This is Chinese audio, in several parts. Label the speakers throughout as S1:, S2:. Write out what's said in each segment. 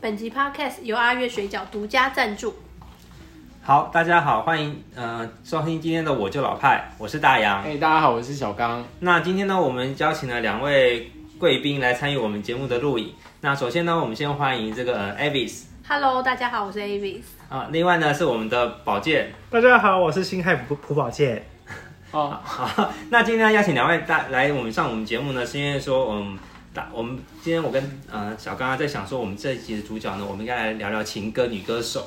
S1: 本集 Podcast 由阿月水饺独家赞助。
S2: 好，大家好，欢迎呃收听今天的我就老派，我是大洋。
S3: 哎、大家好，我是小刚。
S2: 那今天呢，我们邀请了两位贵宾来参与我们节目的录影。那首先呢，我们先欢迎这个呃 Avis
S1: Hello，大家好，我是 Avis。
S2: 啊、另外呢是我们的宝剑。
S4: 大家好，我是新海普普宝健。
S3: 哦，
S2: 好，那今天呢邀请两位大来我们上我们节目呢，是因为说嗯。大我们今天我跟呃小刚刚在想说，我们这一集的主角呢，我们应该来聊聊情歌女歌手。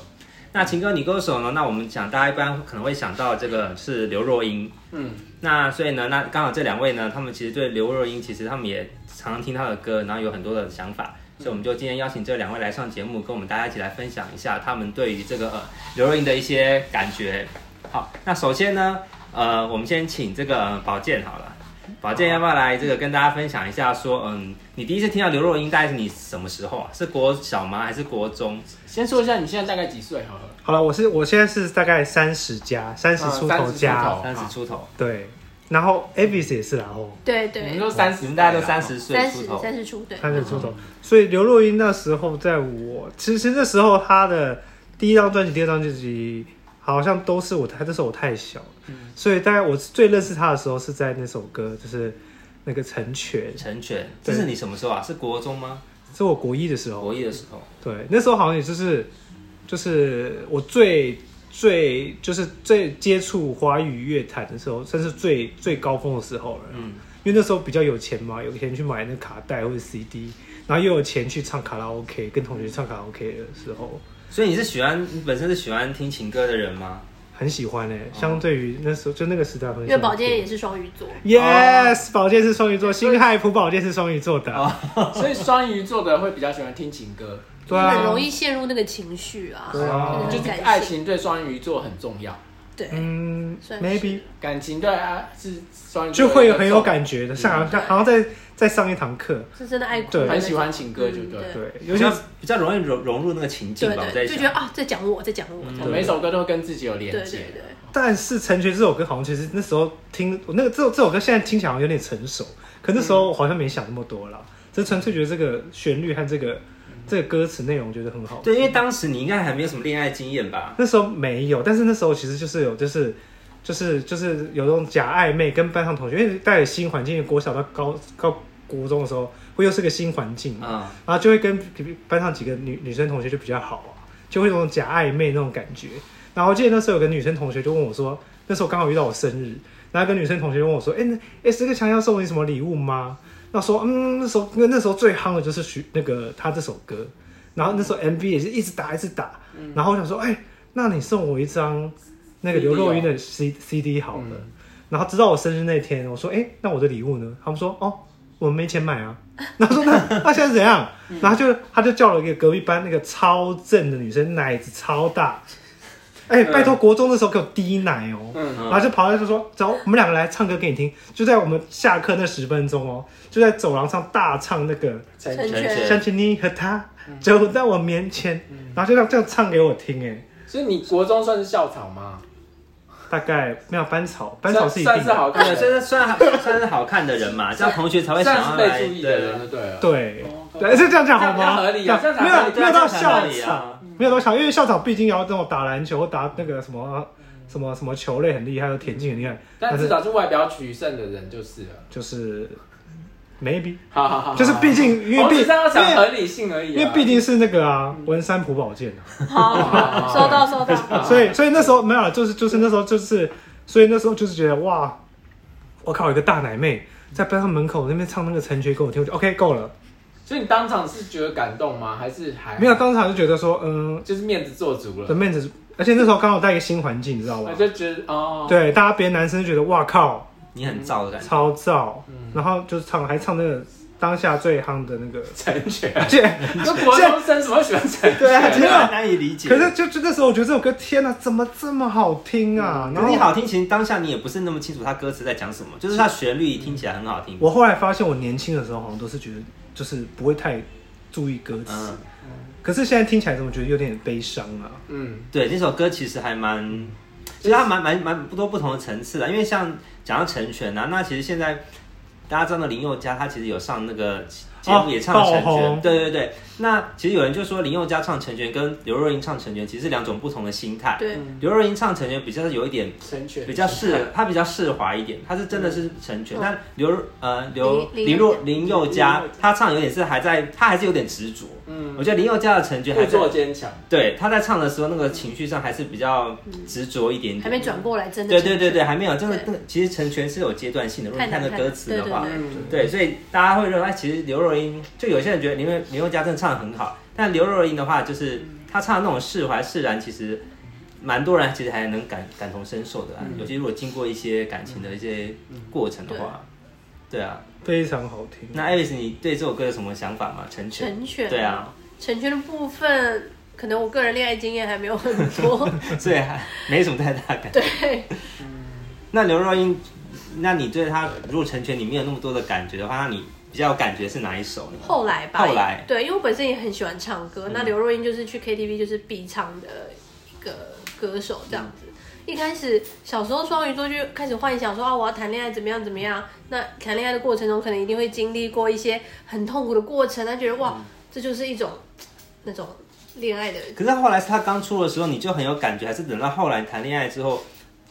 S2: 那情歌女歌手呢，那我们想大家一般可能会想到这个是刘若英，
S3: 嗯，
S2: 那所以呢，那刚好这两位呢，他们其实对刘若英，其实他们也常常听她的歌，然后有很多的想法，所以我们就今天邀请这两位来上节目，跟我们大家一起来分享一下他们对于这个呃刘若英的一些感觉。好，那首先呢，呃，我们先请这个呃宝剑好了，宝剑要不要来这个跟大家分享一下说，嗯，你第一次听到刘若英大概是你什么时候啊？是国小吗？还是国中？
S3: 先说一下你现在大概几岁好了？
S4: 好了，我是我现在是大概三十加，啊三十出头
S3: 嗯30出
S4: 加
S3: 头，
S2: 三十出头，
S4: 对。然后 Avis 也是啦，哦，
S1: 对
S3: 你们
S1: 对，
S3: 都三
S2: 你
S3: 十，
S2: 们大概都三，十岁
S1: 三
S2: 出
S1: 十
S2: 头，
S1: 三十出对，
S4: 三十出头。所以刘若英那时候在我，其实那时候她的第一张专辑、第二张专辑好像都是我，她那时候我太小了，所以大概我最认识她的时候是在那首歌，就是那个《成全》，
S2: 成全，这
S4: 对
S2: 是你什么时候啊？是国中吗？
S4: 是我国一的时候。
S2: 国一的时候，
S4: 对，那时候好像也就是就是我最最就是最接触华语乐坛的时候，算是最最高峰的时候了。
S2: 嗯，
S4: 因为那时候比较有钱嘛，有钱去买那卡带或者 CD，然后又有钱去唱卡拉 OK，跟同学唱卡拉 OK 的时候，
S2: 所以你是喜欢，你本身是喜欢听情歌的人吗？
S4: 很喜欢哎、相对于那时候就那个时代很
S1: 因
S4: 喜
S1: 为
S4: 欢
S1: 宝剑也
S4: 听。
S1: 是双鱼座，
S4: Yes，宝剑是双鱼座，辛亥普宝剑是双鱼座的。
S3: 所以双鱼座的会比较喜欢听情歌，
S4: 对
S1: 就是很
S4: 啊
S1: 容，易陷入那个情绪啊，
S4: 对啊
S1: 就
S3: 就是是
S1: 很
S3: 爱
S1: 感性。
S3: 情对双鱼座很重要，
S1: 对，
S4: 嗯
S1: 算是
S4: ，maybe
S3: 感情对爱是双鱼座
S4: 就
S3: 的
S4: 会很有感觉的，像好
S1: 对
S4: 像好像在在上一堂课。
S1: 是真的爱哭
S4: 对
S1: 的那
S3: 重，
S1: 种，
S3: 很喜欢情歌，就对
S1: 嗯
S3: 了。
S4: 对，
S2: 比
S4: 尤其
S2: 较比较容易融融入那个情境
S1: 对
S2: 吧，我
S1: 对，
S2: 在
S1: 就觉得
S2: 想。
S1: 啊，在讲我，在讲我，在
S2: 嗯
S3: 我
S1: 讲我
S3: 每一首歌都会跟自己有连
S1: 对对
S3: 接，
S1: 对，
S4: 但是《成全》这首歌好像其实那时候听我那个这首这首歌现在听起来好像有点成熟，可那时候我好像没想那么多啦，只是纯粹觉得这个旋律和这个这个歌词内容觉得很好。
S2: 对，因为当时你应该还没有什么恋爱经验吧？
S4: 那时候没有，但是那时候其实就是有就是。就是就是有那种假暧昧，跟班上同学，因为带新环境，国小到高高国中的时候，会又是个新环境嘛，
S2: 嗯，
S4: 然后就会跟比比班上几个女女生同学就比较好啊，就会有那种假暧昧那种感觉。然后我记得那时候有个女生同学就问我说，那时候刚好遇到我生日，然后跟女生同学问我说，哎、那哎，这个强要送你什么礼物吗？那我说，嗯，那时候因为那时候最夯的就是许那个他这首歌，然后那时候 MV 也是一直打一直打，然后我想说，哎、那你送我一张那个刘若英的 C CD 好了。
S3: 嗯
S4: 然后直到我生日那天，我说，哎、那我的礼物呢？他们说，哦，我们没钱买啊。 然后说那那现在怎样？
S3: 嗯
S4: 然后就他就叫了一个隔壁班那个超正的女生，奶子超大。哎、
S3: 嗯
S4: 拜托，国中的时候给我滴奶哦、
S3: 嗯，
S2: 嗯
S4: 然后就跑来就说：“走，我们两个来唱歌给你听。”就在我们下课那十分钟哦、就在走廊上大唱那个
S3: 成
S1: 成
S2: 全对
S4: “
S1: 全
S4: 相信你和他走在我面前”，
S3: 嗯
S4: 然后就这样这样唱给我听、
S3: 所以你国中算是校草吗？
S4: 哎，大概没有班草，班草是一
S3: 算算
S4: 定
S3: 是
S4: 的，
S3: 好看
S2: 对，所以
S3: 的，
S2: 这算算是好看的人嘛，这样同学才会想
S3: 算是
S2: 要来。
S3: 被注
S2: 对
S3: 意的
S2: 对
S3: 人，就对了。
S4: 对
S3: 哦，
S4: 对，是这样讲好
S3: 这样
S4: 吗？
S3: 合理啊这样才
S4: 没
S3: 合
S4: 有
S3: 理
S4: 没有到
S2: 这
S4: 校
S2: 样才合理啊
S4: 草，没有到校，因为校草毕竟要那种打篮球、打那个什么什么什么球类很厉害，田径很厉害，
S3: 嗯但至少是外表取胜的人就是了。
S4: 就是 maybe
S3: 好好好，
S4: 就是毕竟因为
S3: 我啊哦
S4: 毕
S3: 只是要
S4: 因
S3: 讲
S4: 为
S3: 合理性而已啊，
S4: 因为毕竟是那个啊，文山普宝剑啊，
S1: 好，收到收
S3: 啊
S1: 到，
S4: 所以所以那时候没有，啊就是就是那时候就是，所以那时候就是觉得哇，我靠，有个大奶妹在班上门口那边唱那个成全给我听，我就 OK 够了，
S3: 所以你当场是觉得感动吗？还是还
S4: 没有，当场就觉得说，嗯，
S3: 就是面子做足
S4: 这
S3: 了，
S4: 妹子，而且那时候刚好在一个新环境，你知道吧
S3: 我？就觉得哦，，
S4: 对，大家别的男生就觉得哇靠，
S2: 你很燥的感觉。
S4: 超燥，
S3: 嗯，
S4: 然后就是唱还唱那个当下最夯的那个，
S3: 成全，
S2: 哎
S4: 而且
S3: 就国中生怎么会喜欢成全？
S4: 对啊
S2: 真
S4: 真
S2: 的
S4: 的
S2: 难以理解。
S4: 可是就就那时候我觉得这首歌天哪，怎么这么好听啊？
S2: 可是
S4: 然后
S2: 你嗯好听，其实当下你也不是那么清楚他歌词在讲什么，就是他旋律听起来很好听。
S4: 我后来发现，我年轻的时候好像都是觉得，就是不会太注意歌词。
S2: 嗯，
S4: 可是现在听起来，怎么觉得有点悲伤啊？
S3: 嗯，
S2: 对，那首歌其实还蛮，其实它蛮蛮蛮多不同的层次的。因为像讲到成全啊，那其实现在大家知道那林宥嘉，他其实有上那个节
S3: 哦
S2: 目也唱了成
S4: 爆
S2: 全，
S4: 红
S2: 对对对。那其实有人就说林宥嘉唱成全跟刘若英唱成全其实是两种不同的心态。
S1: 对，
S2: 刘若英唱成全比较有一点
S3: 成全
S2: 比较释，她比较释怀一点，她是真的是成全。
S1: 嗯
S2: 但刘呃刘
S1: 林
S2: 林若林宥嘉
S3: 林宥嘉，
S2: 她唱有点是还在，她还是有点执着。
S3: 嗯，
S2: 我觉得林宥嘉的成全还
S3: 故
S2: 在，
S3: 作坚强，
S2: 对她在唱的时候那个情绪上还是比较执着一点点。
S1: 嗯还没转过来，真的
S2: 对
S1: 成全。
S2: 对对对，还没有，真的，
S1: 对
S2: 那其实成全是有阶段性的。如果你
S1: 太
S2: 看
S1: 难
S2: 那
S1: 看
S2: 歌词的
S1: 对
S2: 话，
S3: 嗯，
S2: 对，所以大家会认为，哎，其实刘若英，就有些人觉得林宥林宥嘉真的唱的很好，但刘若英的话，就是
S1: 嗯
S2: 她唱的那种释怀释然，其实蛮多人其实还能感感同身受的啦。啊
S3: 嗯
S2: 尤其如果经过一些感情的一些
S1: 嗯
S2: 过程的话，对啊。
S4: 非常好听。
S2: 那艾丽丝，你对这首歌有什么想法吗？成全？
S1: 成全
S2: 对啊，
S1: 成全的部分，可能我个人恋爱经验还没有很多。
S2: 所以还没什么太大感。
S1: 对，
S2: 那刘若英，那你对她如果成全你没有那么多的感觉的话，那你比较有感觉是哪一首呢？
S1: 后来吧，
S2: 后来嗯
S1: 对，因为我本身也很喜欢唱歌，那刘若英就是去 KTV 就是必唱的一个歌手这样子。一开始小时候双鱼座就开始幻想说啊，我要谈恋爱怎么样怎么样。那谈恋爱的过程中，可能一定会经历过一些很痛苦的过程，他觉得哇，这就是一种那种恋爱的
S2: 嗯可是后来是他刚出的时候，你就很有感觉，还是等到后来谈恋爱之后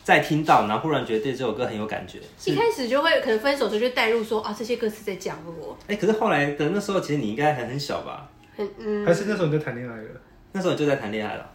S2: 再听到，然后忽然觉得对这首歌很有感觉？
S1: 一开始就会可能分手的时候就带入说啊，这些歌词在讲我，
S2: 哎、可是后来的那时候，其实你应该还很小吧？
S1: 很嗯，
S4: 还是那时候你就谈恋爱了？
S2: 那时候你就在谈恋爱了。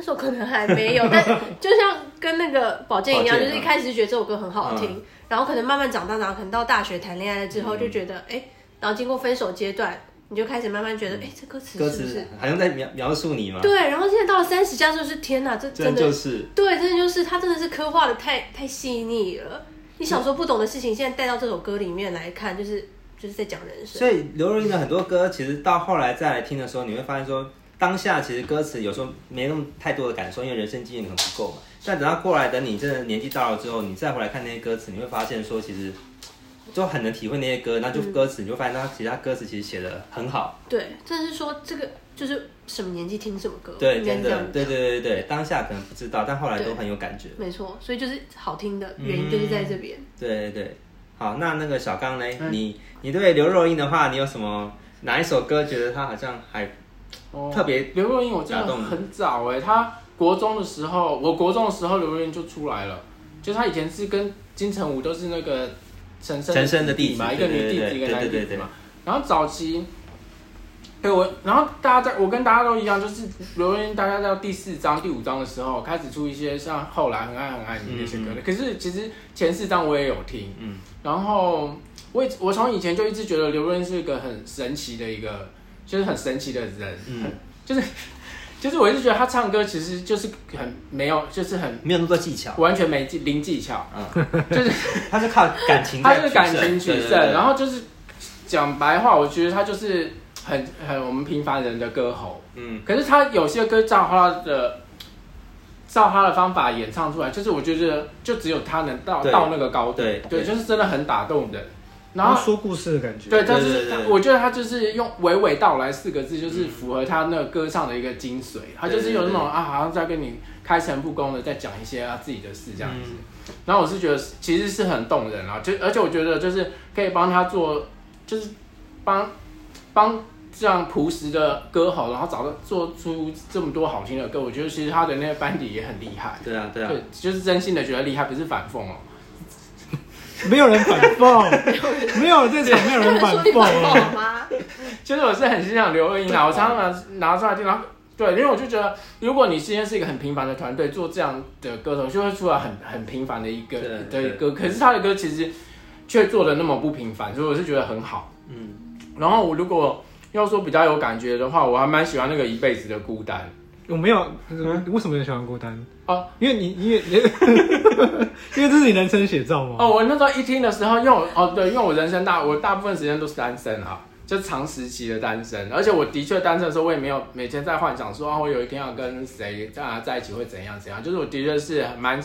S1: 那时候可能还没有，但就像跟那个宝剑一样，
S2: 宝
S1: 就
S2: 剑嗯
S1: 是一开始就觉得这首歌很好听，然后可能慢慢长大，然后可能到大学谈恋爱了之后，就觉
S2: 嗯
S1: 得哎、诶然后经过分手阶段，你就开始慢慢觉得哎、诶这歌词
S2: 歌
S1: 是不
S2: 词啊
S1: 是？
S2: 好像在描描述你嘛，
S1: 对，然后现在到了三十加，就是天哪，这
S2: 真
S1: 真
S2: 的就
S1: 的
S2: 是。
S1: 对，真的就是它真的是刻画的太太细腻了。你小时候不懂的事情，现在带到这首歌里面来看，就是就是在讲人生。
S2: 所以刘若英的很多歌，其实到后来再来听的时候，你会发现说，当下其实歌词有时候没那么太多的感受，因为人生经验可能不够嘛。但等到过来，等你真的年纪到了之后，你再回来看那些歌词，你会发现说，其实就很能体会那些歌，那就歌词，你就发现他其实他歌词其实写的很好，
S1: 对，真的是说这个就是什么年纪听什么歌，
S2: 对，
S1: 应该是
S2: 真
S1: 这样
S2: 的，对对对对，当下可能不知道，但后来都很有感觉，
S1: 没错，所以就是好听的原因就是在这边。
S2: 对对对。好，那那个小刚呢？
S3: 嗯
S2: 你你对刘若英的话，你有什么哪一首歌觉得她好像还
S3: 哦
S2: 特别
S3: 刘若英，我真的很早哎、她国中的时候，我国中的时候刘若英就出来了，就她以前是跟金城武都是那个陈升
S2: 陈升的弟子
S3: 嘛，一个女弟子，
S2: 对对对
S3: 一个男
S2: 对
S3: 弟
S2: 对
S3: 子
S2: 对对
S3: 嘛。然后早期，对我，然后大家在我跟大家都一样，就是刘若英，大家到第四章、第五章的时候开始出一些像后来很爱很爱你那些歌，
S2: 嗯
S3: 可是其实前四章我也有听，
S2: 嗯
S3: 然后我也我从以前就一直觉得刘若英是一个很神奇的一个，就是很神奇的人，
S2: 嗯
S3: 就是我一直觉得他唱歌其实就是很没有，就是很
S2: 没有那么多技巧？
S3: 完全没技零技巧，
S2: 他是靠感情
S3: 他
S2: 在取胜，
S3: 就是感情取
S2: 对
S3: 胜，
S2: 对对
S3: 然后就是讲白话，我觉得他就是很很我们平凡人的歌喉，
S2: 嗯，
S3: 可是他有些歌照他的照他的方法演唱出来，就是我觉得就只有他能到
S2: 对
S3: 到那个高度，
S2: 对
S3: 对，就是真的很打动人，然
S4: 然
S3: 后
S4: 后说故事的感觉。
S3: 对，嗯
S2: 对
S3: 但
S2: 对
S3: 是
S2: 对对
S3: 我觉得他就是用娓娓道来四个字，就是符合他那个歌唱的一个精髓。他就是有那种
S2: 对对
S3: 啊，好像在跟你开诚布公的在讲一些啊自己的事这样子
S2: 嗯。
S3: 然后我是觉得其实是很动人啊，就而且我觉得就是可以帮他做，就是帮帮这样朴实的歌喉，然后找到做出这么多好听的歌，我觉得其实他的那个班底也很厉害。
S2: 对啊对啊，
S3: 对，就是真心的觉得厉害，不是反讽哦。
S4: 没有人反讽， 没有这场没有人反
S1: 说你反
S4: 讽。啊
S1: 好吗？
S3: 其实我是很欣赏刘若英啊，我常常拿拿出来听，然后对，因为我就觉得，如果你今天是一个很平凡的团队做这样的歌手，就会出来很很平凡的一个
S2: 对
S3: 的一
S2: 对
S3: 个，可是他的歌其实却做的那么不平凡，所以我是觉得很好。
S2: 嗯，
S3: 然后我如果要说比较有感觉的话，我还蛮喜欢那个一辈子的孤单。
S4: 我没有，你为什么很喜欢孤单？
S3: 嗯哦
S4: 因为你，因为 因为这是你人生写照嘛。
S3: 哦，我那时候一听的时候，因为我哦对，因为我人生大，我大部分时间都是单身啊，就长时期的单身，而且我的确单身的时候，我也没有每天在幻想说啊，我有一天要跟谁啊在一起会怎样怎样，就是我的确是蛮，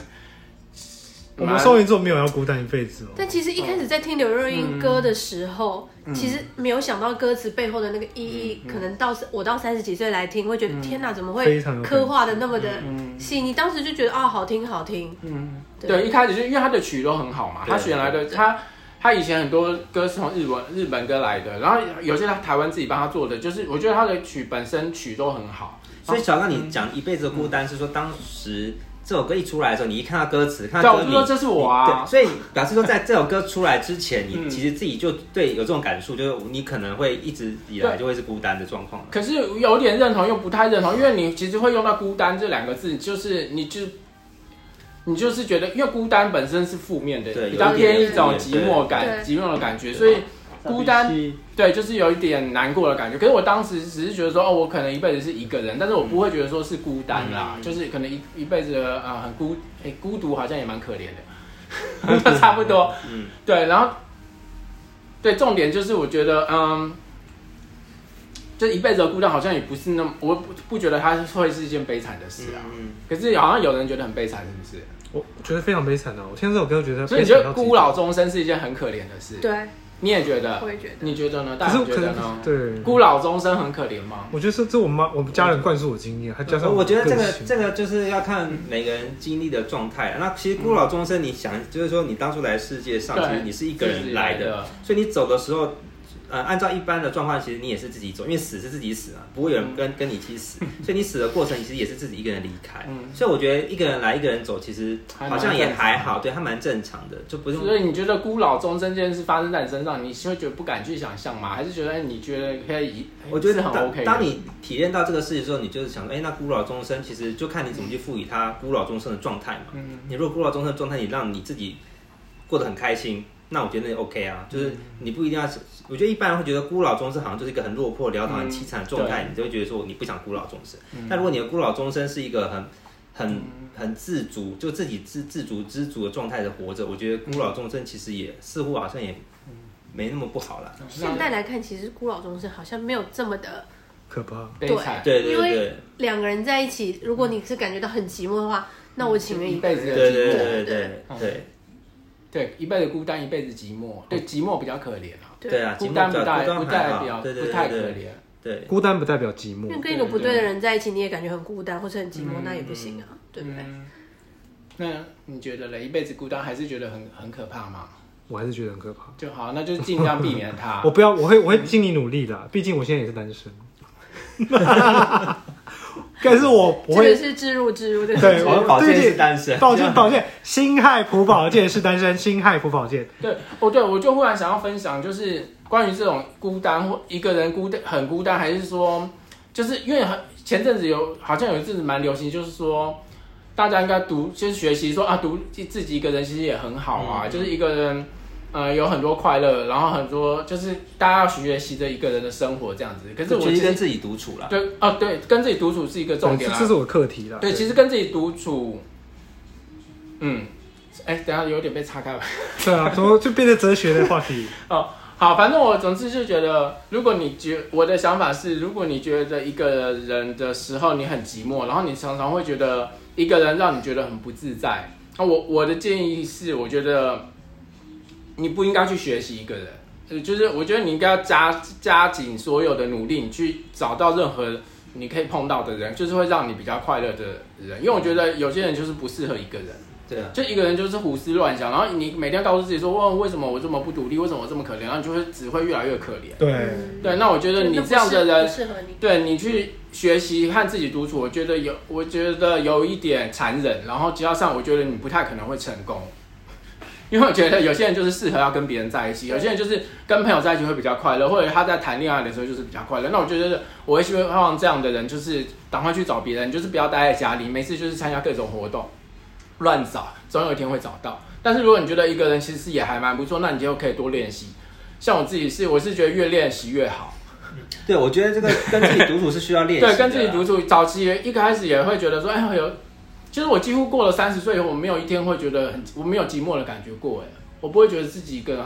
S4: 我
S3: 蛮
S4: 们双鱼座没有要孤单一辈子哦。
S1: 但其实一开始在听刘若英歌的时候，其实没有想到歌词背后的那个意义，可能到我到三十几岁来听，会觉得天哪，怎么会
S4: 非常有
S1: 刻画的那么的细腻？当时就觉得啊，好听好听，
S3: 嗯，
S1: 对
S3: 对，一开始就因为他的曲都很好嘛，
S2: 对
S3: 他选来的他。他以前很多歌是从日文日本歌来的，然后有些他台湾自己帮他做的，就是我觉得他的曲本身曲都很好。
S2: 所以小刚，你讲《一辈子的孤单》是说当时这首歌一出来的时候，你一看到歌词，看
S3: 对，
S2: 到
S3: 我
S2: 歌
S3: 就
S2: 名，
S3: 说这是我啊
S2: 对，，所以表示说，在这首歌出来之 前，你
S3: 嗯
S2: 其实自己就对有这种感触，就是你可能会一直以来就会是孤单的状况。
S3: 可是有点认同又不太认同，因为你其实会用到“孤单”这两个字，就是你就你就是觉得，因为孤单本身是负面的，
S2: 对
S3: 比较
S2: 有一
S3: 偏
S2: 点
S3: 一种
S2: 对
S3: 寂寞
S1: 对
S3: 感、寂寞的感觉，所以孤单对，就是有一点难过的感觉。可是我当时只是觉得说，哦，我可能一辈子是一个人，但是我不会觉得说是孤单啦，
S2: 嗯
S3: 就是可能一一辈子的呃很孤，哎、孤独好像也蛮可怜的， 差不多。
S2: 嗯，
S3: 对，然后对，重点就是我觉得，嗯，就一辈子的孤单好像也不是那么，我不不觉得它会是一件悲惨的事啊。
S2: 嗯，
S3: 可是好像有人觉得很悲惨，是不是？
S4: 我觉得非常悲惨啊！我听这首歌觉得
S3: 所以
S4: 悲
S3: 你觉
S4: 惨
S3: 得
S4: 到极点，
S3: 孤老终生是一件很可怜的事？，
S1: 对，
S3: 你也觉得
S1: 我？也觉得。
S3: 你觉得呢？
S4: 可
S3: 大
S4: 是
S3: 家
S4: 我
S3: 觉
S4: 可
S3: 得
S4: 能
S3: 呢？
S4: 对
S3: 孤老终生很可怜吗？
S4: 我觉得是这我妈我们家人灌输我经验，还加上
S2: 嗯我觉得这
S4: 个
S2: 个
S4: 性
S2: 这个就是要看每个人经历的状态啊。那其实孤老终生，你想，就是说你当初来世界上，其实
S3: 对
S2: 你是一个人来的，
S3: 的，
S2: 所以你走的时候，呃，按照一般的状况，其实你也是自己走，因为死是自己死嘛，不会有人跟、跟你一起死，所以你死的过程其实也是自己一个人离开。
S3: 嗯
S2: 所以我觉得一个人来一个人走，其实
S3: 还蛮
S2: 好像也
S3: 正常
S2: 还好，对，还蛮正常的，就不用
S3: 所以你觉得孤老终生这件事发生在你身上，你是会觉得不敢去想象吗？还是觉得哎你觉得可以？
S2: 我觉
S3: 是
S2: 得
S3: 很
S2: 当
S3: OK 的。
S2: 当你体验到这个事情之后，你就是想说，哎、那孤老终生，其实就看你怎么去赋予它孤老终生的状态嘛。
S3: 嗯
S2: 你如果孤老终生的状态，你让你自己过得很开心，那我觉得那 OK
S3: 嗯
S2: 啊。就是你不一定要，我觉得一般人会觉得孤老终生好像就是一个很落魄、潦倒、很
S3: 嗯
S2: 凄惨的状态，
S3: 对
S2: 你就会觉得说你不想孤老终生。
S3: 嗯
S2: 但如果你的孤老终生是一个很、很、很自足，就自己自自足、知足的状态的活着，我觉得孤老终生其实也似乎好像也没那么不好啦。
S1: 现在来看，其实孤老终生好像没有这么的
S4: 可怕。
S3: 悲惨，
S2: 对对
S1: 因为
S2: 对。
S1: 两个人在一起。如果你是感觉到很寂寞的话，那我情愿
S3: 一
S1: 一个人。
S3: 辈子的
S2: 对
S3: 寂
S2: 对
S3: 寞，
S2: 对对
S3: 嗯
S2: 对
S3: 对一辈子孤单，一辈子寂寞，对寂寞比较可怜啊，
S2: 对对哦啊！
S3: 孤
S2: 寂
S3: 单
S2: 寞
S3: 不
S2: 感
S3: 代
S2: 孤
S3: 不
S2: 单还
S3: 代
S2: 好
S3: 表
S2: 对对
S3: 不
S2: 对
S3: 太可
S2: 啊对
S3: 怜。
S2: 对，
S4: 孤单不代表寂寞
S1: 因为，跟一个不对的人在一起，你也感觉很孤单或是很寂寞，那也不行啊，对不对？
S3: 嗯那你觉得嘞？一辈子孤单还是觉得很很可怕吗？
S4: 我还是觉得很可怕。
S3: 就好，那就尽量避免 它
S4: 我。不要，我会我会尽力努力的，毕竟我现在也是 单身。 但是我不
S1: 这个
S4: 会，
S1: 是置入置 入的，
S4: 对
S2: 我
S4: 我
S2: 保
S4: 对
S2: 健
S4: 不起
S2: 是单身，
S4: 抱歉抱歉，辛亥朴宝剑是单身，辛亥朴宝剑。
S3: 对，哦，对，我就忽然想要分享，就是关于这种孤单或一个人孤单很孤单，还是说，就是因为很前阵子有好像有一阵子蛮流行，就是说大家应该独就是学习说啊，独自己一个人其实也很好啊，
S2: 嗯
S3: 就是一个人。呃，有很多快乐，然后很多就是大家要学习着一个人的生活这样子。可是我
S2: 其
S3: 其
S2: 实跟
S3: 实
S2: 自己独处了。
S3: 对哦，对，跟自己独处是一个重点
S4: 对
S3: 啦。
S4: 这是我的课题了。
S3: 对，其实跟自己独处，嗯，哎，等一下有点被岔开了。
S4: 对啊，怎么就变成哲学的话 题？
S3: 好，反正我总之就觉得，如果你觉我的想法是，如果你觉得一个人的时候你很寂寞，然后你常常会觉得一个人让你觉得很不自在，那我我的建议是，我觉得你不应该去学习一个人，呃就是我觉得你应该要加加紧所有的努力，你去找到任何你可以碰到的人，就是会让你比较快乐的人，因为我觉得有些人就是不适合一个人。
S2: 对啊，
S3: 就一个人就是胡思乱想，然后你每天告诉自己说，哇，为什么我这么不独立，为什么我这么可怜，然后你就会只会越来越可怜。
S4: 对，
S1: 嗯
S3: 对，啊那我觉得你这样的
S1: 不
S3: 人，
S1: 适合你。
S3: 对你去学习和自己独处，我觉得有，我觉得有一点残忍，然后加上我觉得你不太可能会成功，因为我觉得有些人就是适合要跟别人在一起，有些人就是跟朋友在一起会比较快乐，或者他在谈恋爱的时候就是比较快乐。那我觉得我会希望这样的人就是赶快去找别人，就是不要待在家里，没事就是参加各种活动，乱找，总有一天会找到。但是如果你觉得一个人其实也还蛮不错，那你就可以多练习。像我自己是，我是觉得越练习越好。
S2: 对，我觉得这 个跟自己独处是需要练习的啊
S3: 对，
S2: 啦。
S3: 跟自己独处，早期一开始也会觉得说，哎，有，其实我几乎过了三十岁以后，我没有一天会觉得很，我没有寂寞的感觉过，哎，我不会觉得自己一个人，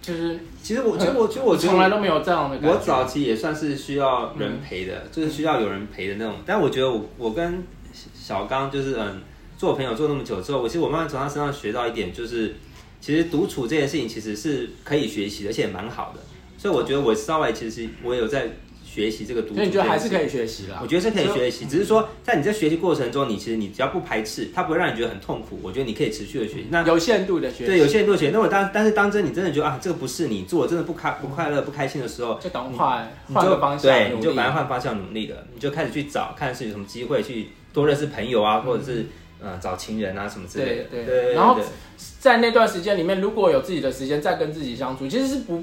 S3: 就是
S2: 其实我，其实我，其实我觉得
S3: 从来都没有这样的感觉。
S2: 我早期也算是需要人陪的，就是需要有人陪的那种。但我觉得我我跟小刚就是嗯做朋友做那么久之后，我其实我慢慢从他身上学到一点，就是其实独处这件事情其实是可以学习的，而且也蛮好的。所以我觉得我稍微其实我有在学习这个独处
S3: 所以
S2: 这件事情，
S3: 你觉得还是可以学习啦
S2: 我？觉得是可以学习，只是说在你在学习过程中，你其实你只要不排斥，它不会让你觉得很痛苦。我觉得你可以持续的学习。那
S3: 有限度的学习，
S2: 对有些人都学，那我当但是当真你真的觉得啊，这个不是你做，真的不开不快乐不开心的时候，
S3: 就赶快
S2: 你
S3: 换
S2: 就
S3: 个方向
S2: 对，
S3: 努
S2: 你
S3: 力
S2: 就赶快换方向努力了，你就开始去找看是有什么机会去多认识朋友啊，或者是呃找情人啊什么之类的。
S3: 嗯对对
S2: 对对，
S3: 然后
S2: 对
S3: 在那段时间里面，如果有自己的时间再跟自己相处，其实是不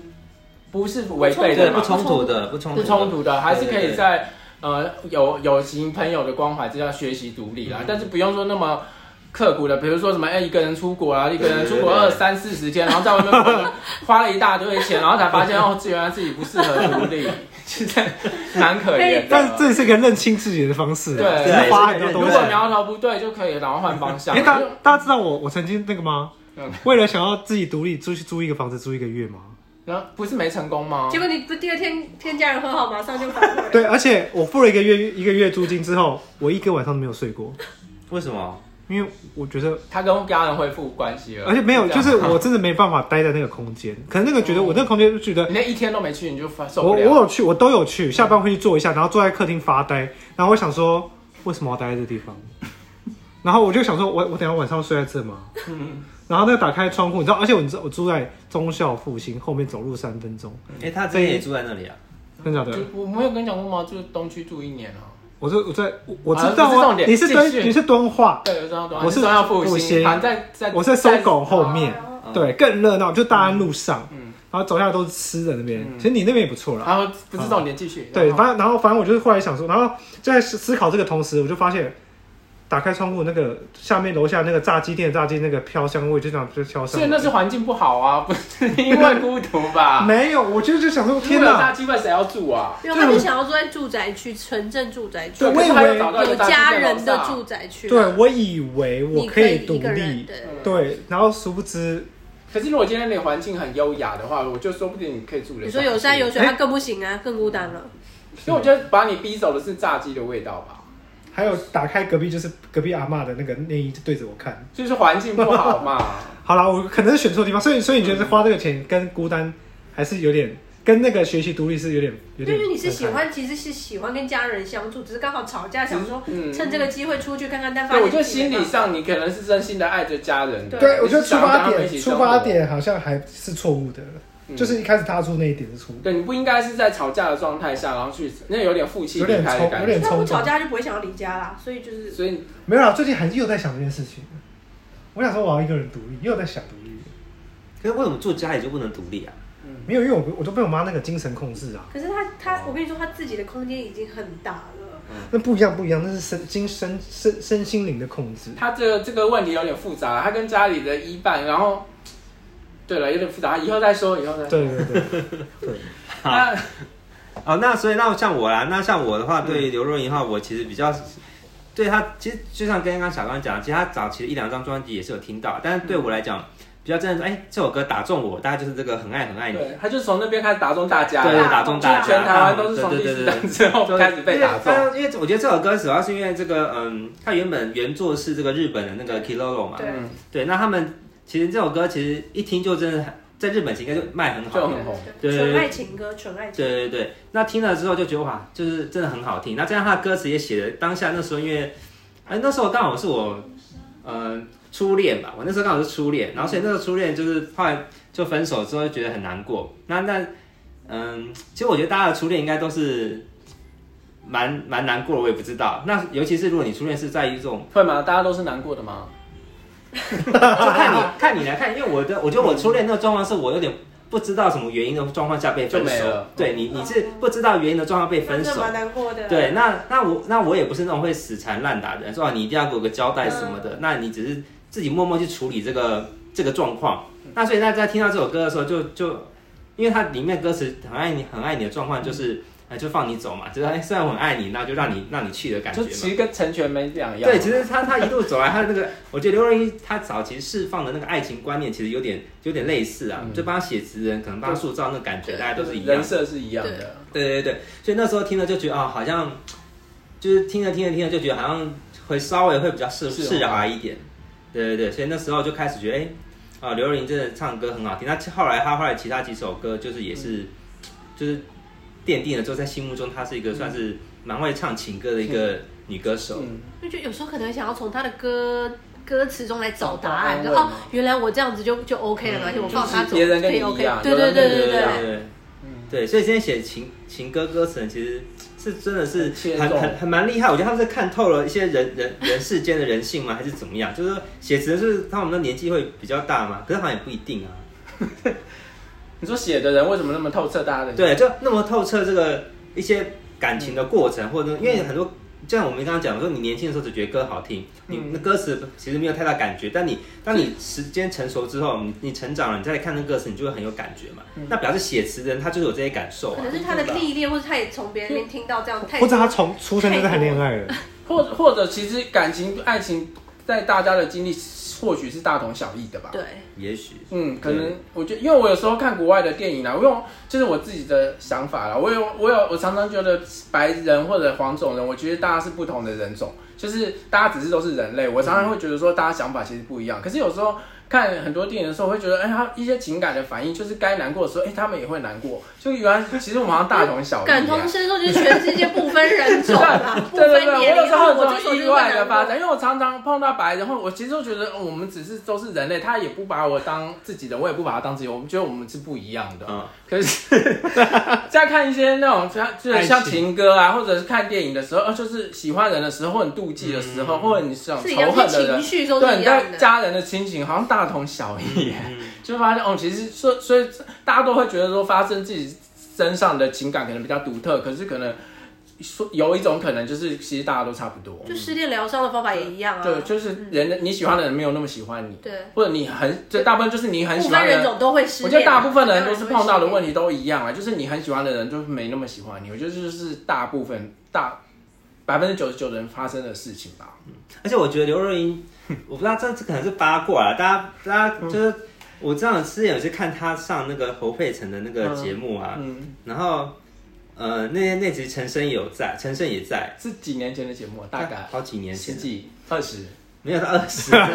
S3: 不是违背
S2: 对
S3: 的
S2: 不
S3: 嘛，
S2: 冲突的，不冲
S3: 不
S2: 突
S3: 冲
S2: 的。
S3: 突的，还是可
S2: 对
S3: 以
S2: 对
S3: 在呃有友情朋友的关怀之下学习独立啦，
S2: 嗯
S3: 但是不用说那么。刻苦的，比如说什么，哎、一个人出国啊，一个人出国
S2: 对对对
S3: 二三四十天，然后在外面可能花了一大堆钱，然后才发现哦，原来自己不适合独立， 其实蛮可怜的。
S4: 但这也是一个认清自己的方式啊，
S3: 对
S4: 只是花很多
S2: 对
S3: 如
S4: 东
S2: 也
S4: 西
S2: 是
S3: 果。苗头不对，就可以然后换方向。啊
S4: 哎、大大家知道我我曾经那个吗
S3: 嗯？
S4: 为了想要自己独立，租去租一个房子租一个月吗？
S3: 然后嗯不是没成功吗
S1: 结？果你不第二天天家人和好，马上就反悔。
S4: 对，而且我付了一个月一个月租金之后，我一个晚上都没有睡过，
S2: 为什么？
S4: 因为我觉得，
S3: 他跟家人恢复关系了，
S4: 而且没有，
S3: 啊这
S4: 就
S3: 样哦
S4: 是我真的没办法待在那个空间，可能那个觉得我那个空间就觉得
S3: 你那一天都没去，你就发受
S4: 我
S3: 不
S4: 我
S3: 了。
S4: 有去，我都有去，下班会去坐一下，然后坐在客厅发呆，然后我想说，为什么要待在这地方？然后我就想说，我我等一下晚上要睡在这吗？然后那个打开窗户，你知道，而且我你知道我住在忠孝复兴后面走路三分钟，
S2: 哎，他之前也住在那里啊。
S4: 真的假
S3: 就
S4: 的？
S3: 我没有跟你讲过吗？就是东区住一年啊。
S4: 我是我在我我知
S3: 啊
S4: 道
S3: 不是重
S4: 啊，
S3: 点
S4: 你是
S3: 继续
S4: 敦你是敦化，
S3: 对，有这样东西。
S4: 我是
S3: 中央复
S4: 复
S3: 兴，
S4: 兴
S3: 反正在在
S4: 我是在搜狗后面，
S2: 嗯
S4: 对，更热闹，就大安路上，
S3: 啊嗯
S4: 然后走下来都是吃的那边，
S3: 嗯
S4: 其实你那边也不错啦。
S3: 然后不是重点，继续。
S4: 嗯对，
S3: 然后
S4: 反正然后反正我就是后来想说，然后就在思思考这个同时，我就发现打开窗户那个下面楼下那个炸鸡店的炸鸡那个飘香味，就想就飘上
S3: 所以
S4: 来。
S3: 那是环境不好啊，不 是因为孤独吧？
S4: 没有，我就就想说，天
S3: 如果有大
S4: 哪！
S3: 机会谁要住啊？
S1: 没有，他就想要住在住宅区，纯正住宅区
S3: 对，，
S4: 我
S3: 可
S4: 以为
S3: 是他又找到一
S1: 有
S3: 个大机
S1: 家
S3: 会
S1: 人
S3: 楼
S1: 的
S3: 上
S1: 住宅区。
S4: 对，我以为我
S1: 你可以
S4: 以独
S1: 一个人
S4: 立，
S1: 对。
S3: 嗯
S4: 对，然后殊不知，
S3: 可是如果今天那个环境很优雅的话，我就说不定你可以住的。
S1: 你说有山有，水，
S4: 哎
S1: 他更不行啊，更孤单了。
S3: 因为我觉得把你逼走的是炸鸡的味道吧，
S4: 还有打开隔壁就是隔壁阿嬷的那个内衣就对着我看。
S3: 就是环境不好嘛。
S4: 好啦，我可能是选错地方，所以所以你觉
S3: 嗯
S4: 得花这个钱跟孤单还是有点跟那个学习独立是有点
S1: 因
S4: 有点分开。
S1: 为你是喜欢，其实是喜欢跟家人相处，只是刚好吵架，想说
S3: 嗯
S1: 趁这个机会出去看看，但发
S3: 对，
S1: 现
S3: 我觉得
S1: 自己没
S3: 心理
S1: 办法
S3: 上你可能是真心的爱着家人的。
S4: 对，我觉得
S3: 你
S4: 出
S3: 想跟
S4: 发
S3: 他们一起
S4: 点
S3: 生
S4: 出
S3: 活
S4: 发，点好像还是错误的，
S3: 嗯
S4: 就是一开始踏出那一点是错误的。
S3: 对你不应该是在吵架的状态下，然后去那有点负气
S4: 有
S3: 离
S4: 点
S3: 开的
S4: 冲
S3: 感
S4: 有
S3: 觉
S4: 点。
S1: 那不吵架就不会想要离家啦，所以就是
S3: 所以
S4: 没有啦，最近还是又在想这件事情。我想说我要一个人独立，又在想独立，
S2: 可是为什么住家里就不能独立啊？
S4: 没有，因为我我都被我妈那个精神控制啊，
S1: 可是他他，我跟你说，他自己的空间已经很大了。
S4: 那不一样不一样，那是身精身身身心灵的控制。
S3: 他这个这个问题有点复杂，他跟家里的依伴，然后对了，有点复杂，以后再说，以后再说。
S4: 对对对，
S3: 那
S2: 哦，那所以那像我啦，那像我的话，
S3: 嗯
S2: 对于刘若英的话，我其实比较对她，其实就像刚刚小刚讲，其实她早期的一两张专辑也是有听到，但是对我
S3: 嗯
S2: 来讲，比较真的说，哎、这首歌打中我，大概就是这个很爱很爱你。
S3: 对，他就从那边开始打中大家，
S2: 哎对，打中大家，啊
S3: 全台湾都是从
S2: 对
S3: 第
S2: 对
S3: 四
S2: 对
S3: 弹
S2: 对
S3: 之后
S2: 对
S3: 开 始被打中。
S2: 因为因为我觉得这首歌主要是因为这个，嗯，它原本原作是这个日本的那个 Kilolo 嘛，
S1: 对
S3: 嗯，
S2: 对，那他们其实这首歌其实一听就真的很在日本其实应该就卖很好，
S3: 就很红。
S2: 对
S1: 纯爱情歌，纯爱情歌。
S2: 对对对，那听了之后就觉得哇，就是真的很好听。那这样他的歌词也写的，当下那时候因为，哎，那时候刚好是我，呃，初恋吧，我那时候刚好是初恋，然后所以那时候初恋就是后来就分手之后就觉得很难过。那那嗯，其实我觉得大家的初恋应该都是蛮蛮难过的，我也不知道。那尤其是如果你初恋是在一种
S3: 会吗？大家都是难过的吗？
S2: 就看你看你来看，因为我的我觉得我初恋那个状况是我有点不知道什么原因的状况下被分
S3: 就没
S2: 手
S3: 了，
S2: 对你你是不知道原因的状况被分
S1: 那
S2: 手，
S1: 蛮难过的。
S2: 对，那那我那我也不是那种会死缠烂打的人，说啊你一定要给我个交代什么的。那你只是自己默默去处理这个这个状况。那所以大家听到这首歌的时候就，就因为它里面歌词很爱你很爱你的状况，就是啊就放你走嘛，就是哎虽然我很爱你，那就让你让你去的感觉
S3: 就
S2: 嘛。
S3: 其实跟成全没两样。
S2: 对，其实他他一路走来，他的那个，我觉得刘若英她早期释放的那个爱情观念，其实有点有点类似啊，
S3: 嗯
S2: 就帮他写词人，可能帮他塑造那个感觉，大家都是一样
S3: 人。设是一样
S1: 对
S3: 的。
S2: 对对对，所以那时候听了就觉得啊、好像就是听着听着听着就觉得好像会稍微会比较释
S3: 是哦
S2: 释怀一点。对对对，所以那时候就开始觉得，哎，啊，
S3: 嗯
S2: 刘若英真的唱歌很好听。那后来她后来其他几首歌就是也是，就是奠定了之后，在心目中她是一个算是蛮会唱情歌的一个女歌手。
S3: 嗯，
S1: 就觉得有时候可能想要从他的歌歌词中来找答案，
S3: 找
S1: 就
S3: 答案
S1: 哦，原来我这样子就就 OK 了，而且我放他
S3: 嗯就是
S1: 走
S3: 别人
S1: 可
S3: 跟你
S1: 以
S3: 一
S1: OK，
S3: 样
S1: 对
S3: 有
S1: 对
S3: 人
S1: 对
S3: 跟你
S1: 对
S3: 一
S1: 对
S3: 样
S1: 对，
S2: 对
S3: 嗯
S2: 对，所以现在写情情歌歌词，其实是真的是
S3: 很切
S2: 很
S3: 中
S2: 很很蛮厉害。我觉得他们是看透了一些人人人世间的人性吗，还是怎么样？就是说写词的是他们的年纪会比较大嘛，可是好像也不一定啊。
S3: 你说写的人为什么那么透彻？大家的
S2: 对，就那么透彻这个一些感情的过
S3: 嗯
S2: 程，或者因为很多。就像我们刚刚讲说，你年轻的时候只觉得歌好听，你
S3: 嗯
S2: 那歌词其实没有太大感觉。但你当你时间成熟之后，你你成长了，你再来看那歌词，你就会很有感觉嘛。
S3: 嗯
S2: 那表示写词的人，他就是有这些感受
S1: 可
S2: 啊。
S1: 能是他的历练，或者他也从别人那边听到这样，太
S4: 或者他从出生就在谈恋爱了，
S3: 或或者其实感情、爱情在大家的经历或许是大同小异的吧。
S1: 对，
S2: 也许，
S3: 嗯，可
S2: 对
S3: 能我觉得，因为我有时候看国外的电影啊啦，我用就是我自己的想法啦，我有我有我常常觉得白人或者黄种人，我觉得大家是不同的人种，就是大家只是都是人类，我常常会觉得说大家想法其实不一样，可是有时候看很多电影的时候，会觉得哎，他一些情感的反应，就是该难过的时候，哎，他们也会难过，就原来其实我们好像大同小异、啊。
S1: 感同身受，就是全世界不分人种啊，不
S3: 对对
S1: 分
S3: 对，
S1: 年
S3: 我有
S1: 龄
S3: 时候
S1: 啊，我
S3: 很
S1: 这时候
S3: 种
S1: 就
S3: 意
S1: 是会
S3: 外的
S1: 难
S3: 发
S1: 过。
S3: 展，因为我常常碰到白人，或我其实就觉得、哦我们只是都是人类，他也不把我当自己人，我也不把他当自己人，我们觉得我们是不一样的。
S2: 嗯，
S3: 可是在看一些那种像就是像情歌啊，或者是看电影的时候，呃，就是喜欢人的时候，或你妒忌的时候，或者你想
S1: 嗯是一样
S3: 仇恨的
S1: 情
S3: 人，
S1: 绪都
S3: 对
S1: 是一
S3: 你
S1: 样
S3: 在
S1: 的，啊
S3: 家人的亲情好像大同小异耶。
S2: 嗯
S3: 就发现哦，其实所所以大家都会觉得说，发生自己身上的情感可能比较独特，可是可能说有一种可能就是，其实大家都差不多。
S1: 就失恋疗伤的方法也一样啊，嗯
S3: 对，就是人的你喜欢的人没有那么喜欢你，
S1: 对，
S3: 或者你很，就大部分就是你很
S1: 不
S3: 喜
S1: 分
S3: 欢的
S1: 人
S3: 人。
S1: 种都会失
S3: 我
S1: 恋啊。
S3: 觉得大部分的人都是碰到的问
S1: 题，
S3: 题都一样啊，就是你很喜欢的人就没那么喜欢你。我觉得这就是大部分大百分之九十九的人发生的事情吧。
S2: 而且我觉得刘若英， 我不知道这这可能是八卦啊，大家大家
S3: 嗯
S2: 就是、我这样之前有去看她上那个侯佩岑的那个节目啊，
S3: 嗯，
S2: 然后呃那那集陈升有在，陈升也在，
S3: 是几年前的节目，啊大概
S2: 好几年
S3: 十
S2: 前，
S3: 几、二十，
S2: 没有到二 十，
S3: 我
S2: 大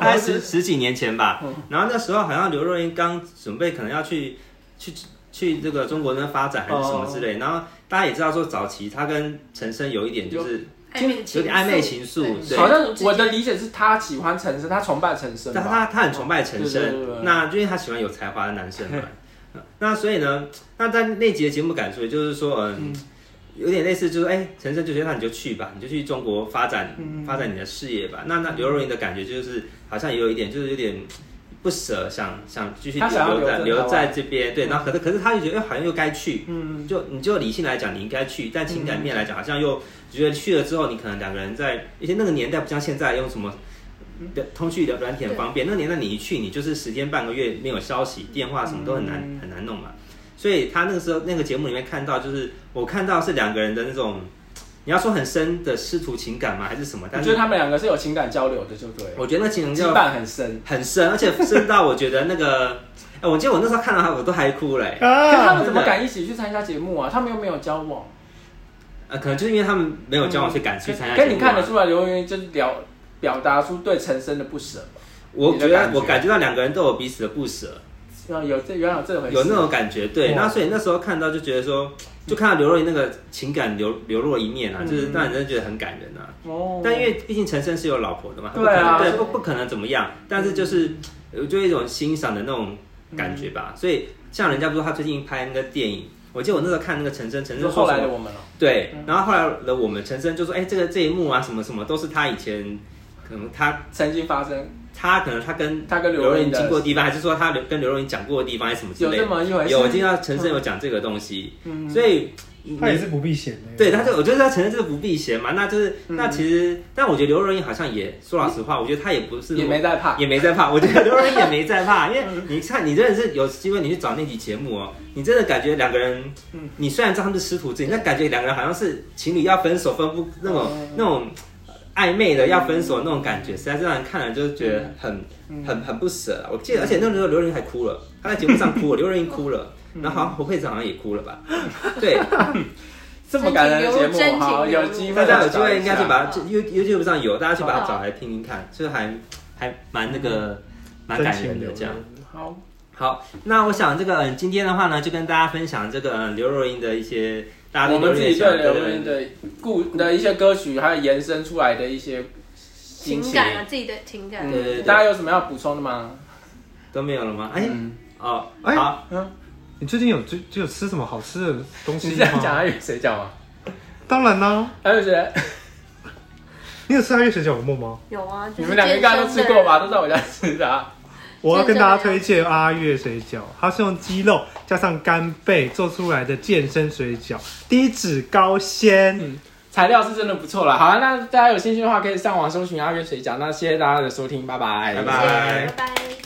S2: 概
S3: 当
S2: 十
S3: 时
S2: 十几年前吧。
S3: 嗯
S2: 然后那时候好像刘若英刚准备可能要去去去这个中国那边发展还是什么之
S3: 哦
S2: 类，然后大家也知道说早期她跟陈升有一点就是
S1: 暧昧的
S2: 有点暧昧情愫
S1: 愫，
S2: 对
S1: 对
S3: 好像我的理解是他喜欢陈升，他崇拜陈升
S2: 但
S3: 吧。
S2: 他他很崇拜陈
S3: 对对对
S2: 升
S3: 对，
S2: 那就因为他喜欢有才华的男生 嘛。嗯那所以呢，那在那集的节目感触，也就是说，嗯，有点类似，就是哎，陈升就觉得那你就去吧，你就去中国发展
S3: 嗯
S2: 发展你的事业吧。那那刘若英的感觉就是，好像也有一点，就是有点不舍，想想继续
S3: 她想要
S2: 留在
S3: 留在
S2: 留在这边。对，然后可是可是他就觉得，哎，好像又该去，嗯，就你就理性来讲，你应该去，但情
S3: 嗯
S2: 感面来讲，好像又觉得去了之后，你可能两个人在，而且那个年代不像现在用什么。的通讯的软体很方便。那年代你一去，你就是十天半个月没有消息，电话什么都很难、很难弄嘛。所以他那个时候那个节目里面看到，就是我看到是两个人的那种，你要说很深的师徒情感吗？还是什么？
S3: 我
S2: 但
S3: 觉得
S2: 是
S3: 他们两个是有情感交流的，就对了，
S2: 我觉得那情人
S3: 羁
S2: 叫
S3: 绊很深。
S2: 很深，而且深到我觉得那个，哎、我记得我那时候看到他，我都还哭嘞、
S3: 可是他
S4: 啊，
S3: 们怎么敢一起去参加节目啊？他们又没有交往，
S2: 呃，可能就是因为他们没有交往，所以敢去参加、啊
S3: 跟你看得，出来，刘云就是表表达出对陈升的不舍嘛。
S2: 我觉
S3: 你的感
S2: 得
S3: 觉
S2: 我感觉到两个人都有彼此的不舍。
S3: 有有这原来有这回事，
S2: 有那种感觉，对。
S3: 哇
S2: 那所以那时候看到就觉得说，
S3: 嗯
S2: 就看到刘若英那个情感流流落一面啊，就是让人真的觉得很感人啊。
S3: 哦。
S2: 但因为毕竟陈升是有老婆的嘛，他不
S3: 对
S2: 可
S3: 啊嗯
S2: 能对不不可能怎么样，但是就是呃就一种欣赏的那种感觉
S3: 嗯
S2: 吧。所以像人家不是说他最近拍那个电影，我记得我那时候看那个陈升，陈
S3: 你
S2: 升
S3: 说
S2: 说
S3: 后
S2: 什
S3: 来的
S2: 么？
S3: 我嗯们了，
S2: 对，然后后来的我们陈升就说，哎，这个这一幕啊，什么什么都是他以前可能他
S3: 曾经发生
S2: 他可能他跟
S3: 他跟刘
S2: 刘
S3: 若
S2: 若
S3: 英
S2: 英
S3: 的
S2: 经过的地方，还是说他刘跟刘若英讲过的地方，还是什么之
S3: 有
S2: 类
S3: 这
S2: 的。
S3: 么一回事，
S2: 有，我听到陈升有讲这个东西，
S3: 嗯
S2: 所以你
S4: 他也是不避嫌的。
S2: 对，他就我觉得他承认这个不避嫌嘛，那就是
S3: 嗯
S2: 那其实，但我觉得刘若英好像也说老实话，我觉得她也不是
S3: 也没在怕，
S2: 也没在 怕，我觉得刘若英也没在怕，因为你看，你真的是有机会你去找那集节目哦，你真的感觉两个人，
S3: 嗯
S2: 你虽然知道他们是师徒制，但感觉两个人好像是情侣要分手分不那种
S3: 哦
S2: 那种暧昧的要分手那种感觉，
S3: 嗯
S2: 实在是让人看了就是觉得很很很不舍啊。我
S3: 嗯
S2: 记得，而且那时候刘若英还哭了，她在节目上哭 了，刘若英哭了。然嗯
S3: 嗯
S2: 后好像侯佩岑好像也哭了吧？对，
S3: 这么感人的节
S1: 真情流露真
S3: 目，好
S1: 情流
S3: 有
S1: 露
S3: 机
S2: 大
S3: 会
S2: 家有机会应该去
S3: 去
S2: 把它就 You YouTube 上有，大家去把它
S1: 好
S2: 找来听听看，就是还还蛮那个蛮感人的这样。
S3: 好。
S2: 好，那我想这个嗯，今天的话呢，就跟大家分享这个嗯刘若英的一些大家
S3: 我
S2: 对
S3: 们自
S2: 刘若英的想法
S3: 己对刘英的故的一些歌曲，还有延伸出来的一些心
S1: 情
S3: 情
S1: 感啊，自己的情感。
S2: 对对对
S3: 嗯，大家有什么要补充的吗？
S2: 都没有了吗？哎、
S3: 嗯，
S2: 哦，
S4: 哎
S2: 好，
S4: 你最近有最有吃什么好吃的东
S3: 你
S4: 西
S3: 这样讲
S4: 吗？
S3: 还有谁 讲吗？
S4: 当然啦、
S3: 还有谁？
S4: 你有吃阿月水饺馍吗？
S1: 有啊，就是
S3: 你们两个应该都吃过吧？都在我家吃的啊。
S4: 我要跟大家推荐阿月水饺，它是用鸡肉加上干贝做出来的健身水饺，低脂高纤。
S3: 嗯材料是真的不错了。好、啊，那大家有兴趣的话，可以上网搜寻阿月水饺。那谢谢大家的收听，拜
S2: 拜
S3: 拜，
S1: 健身的，谢谢拜拜。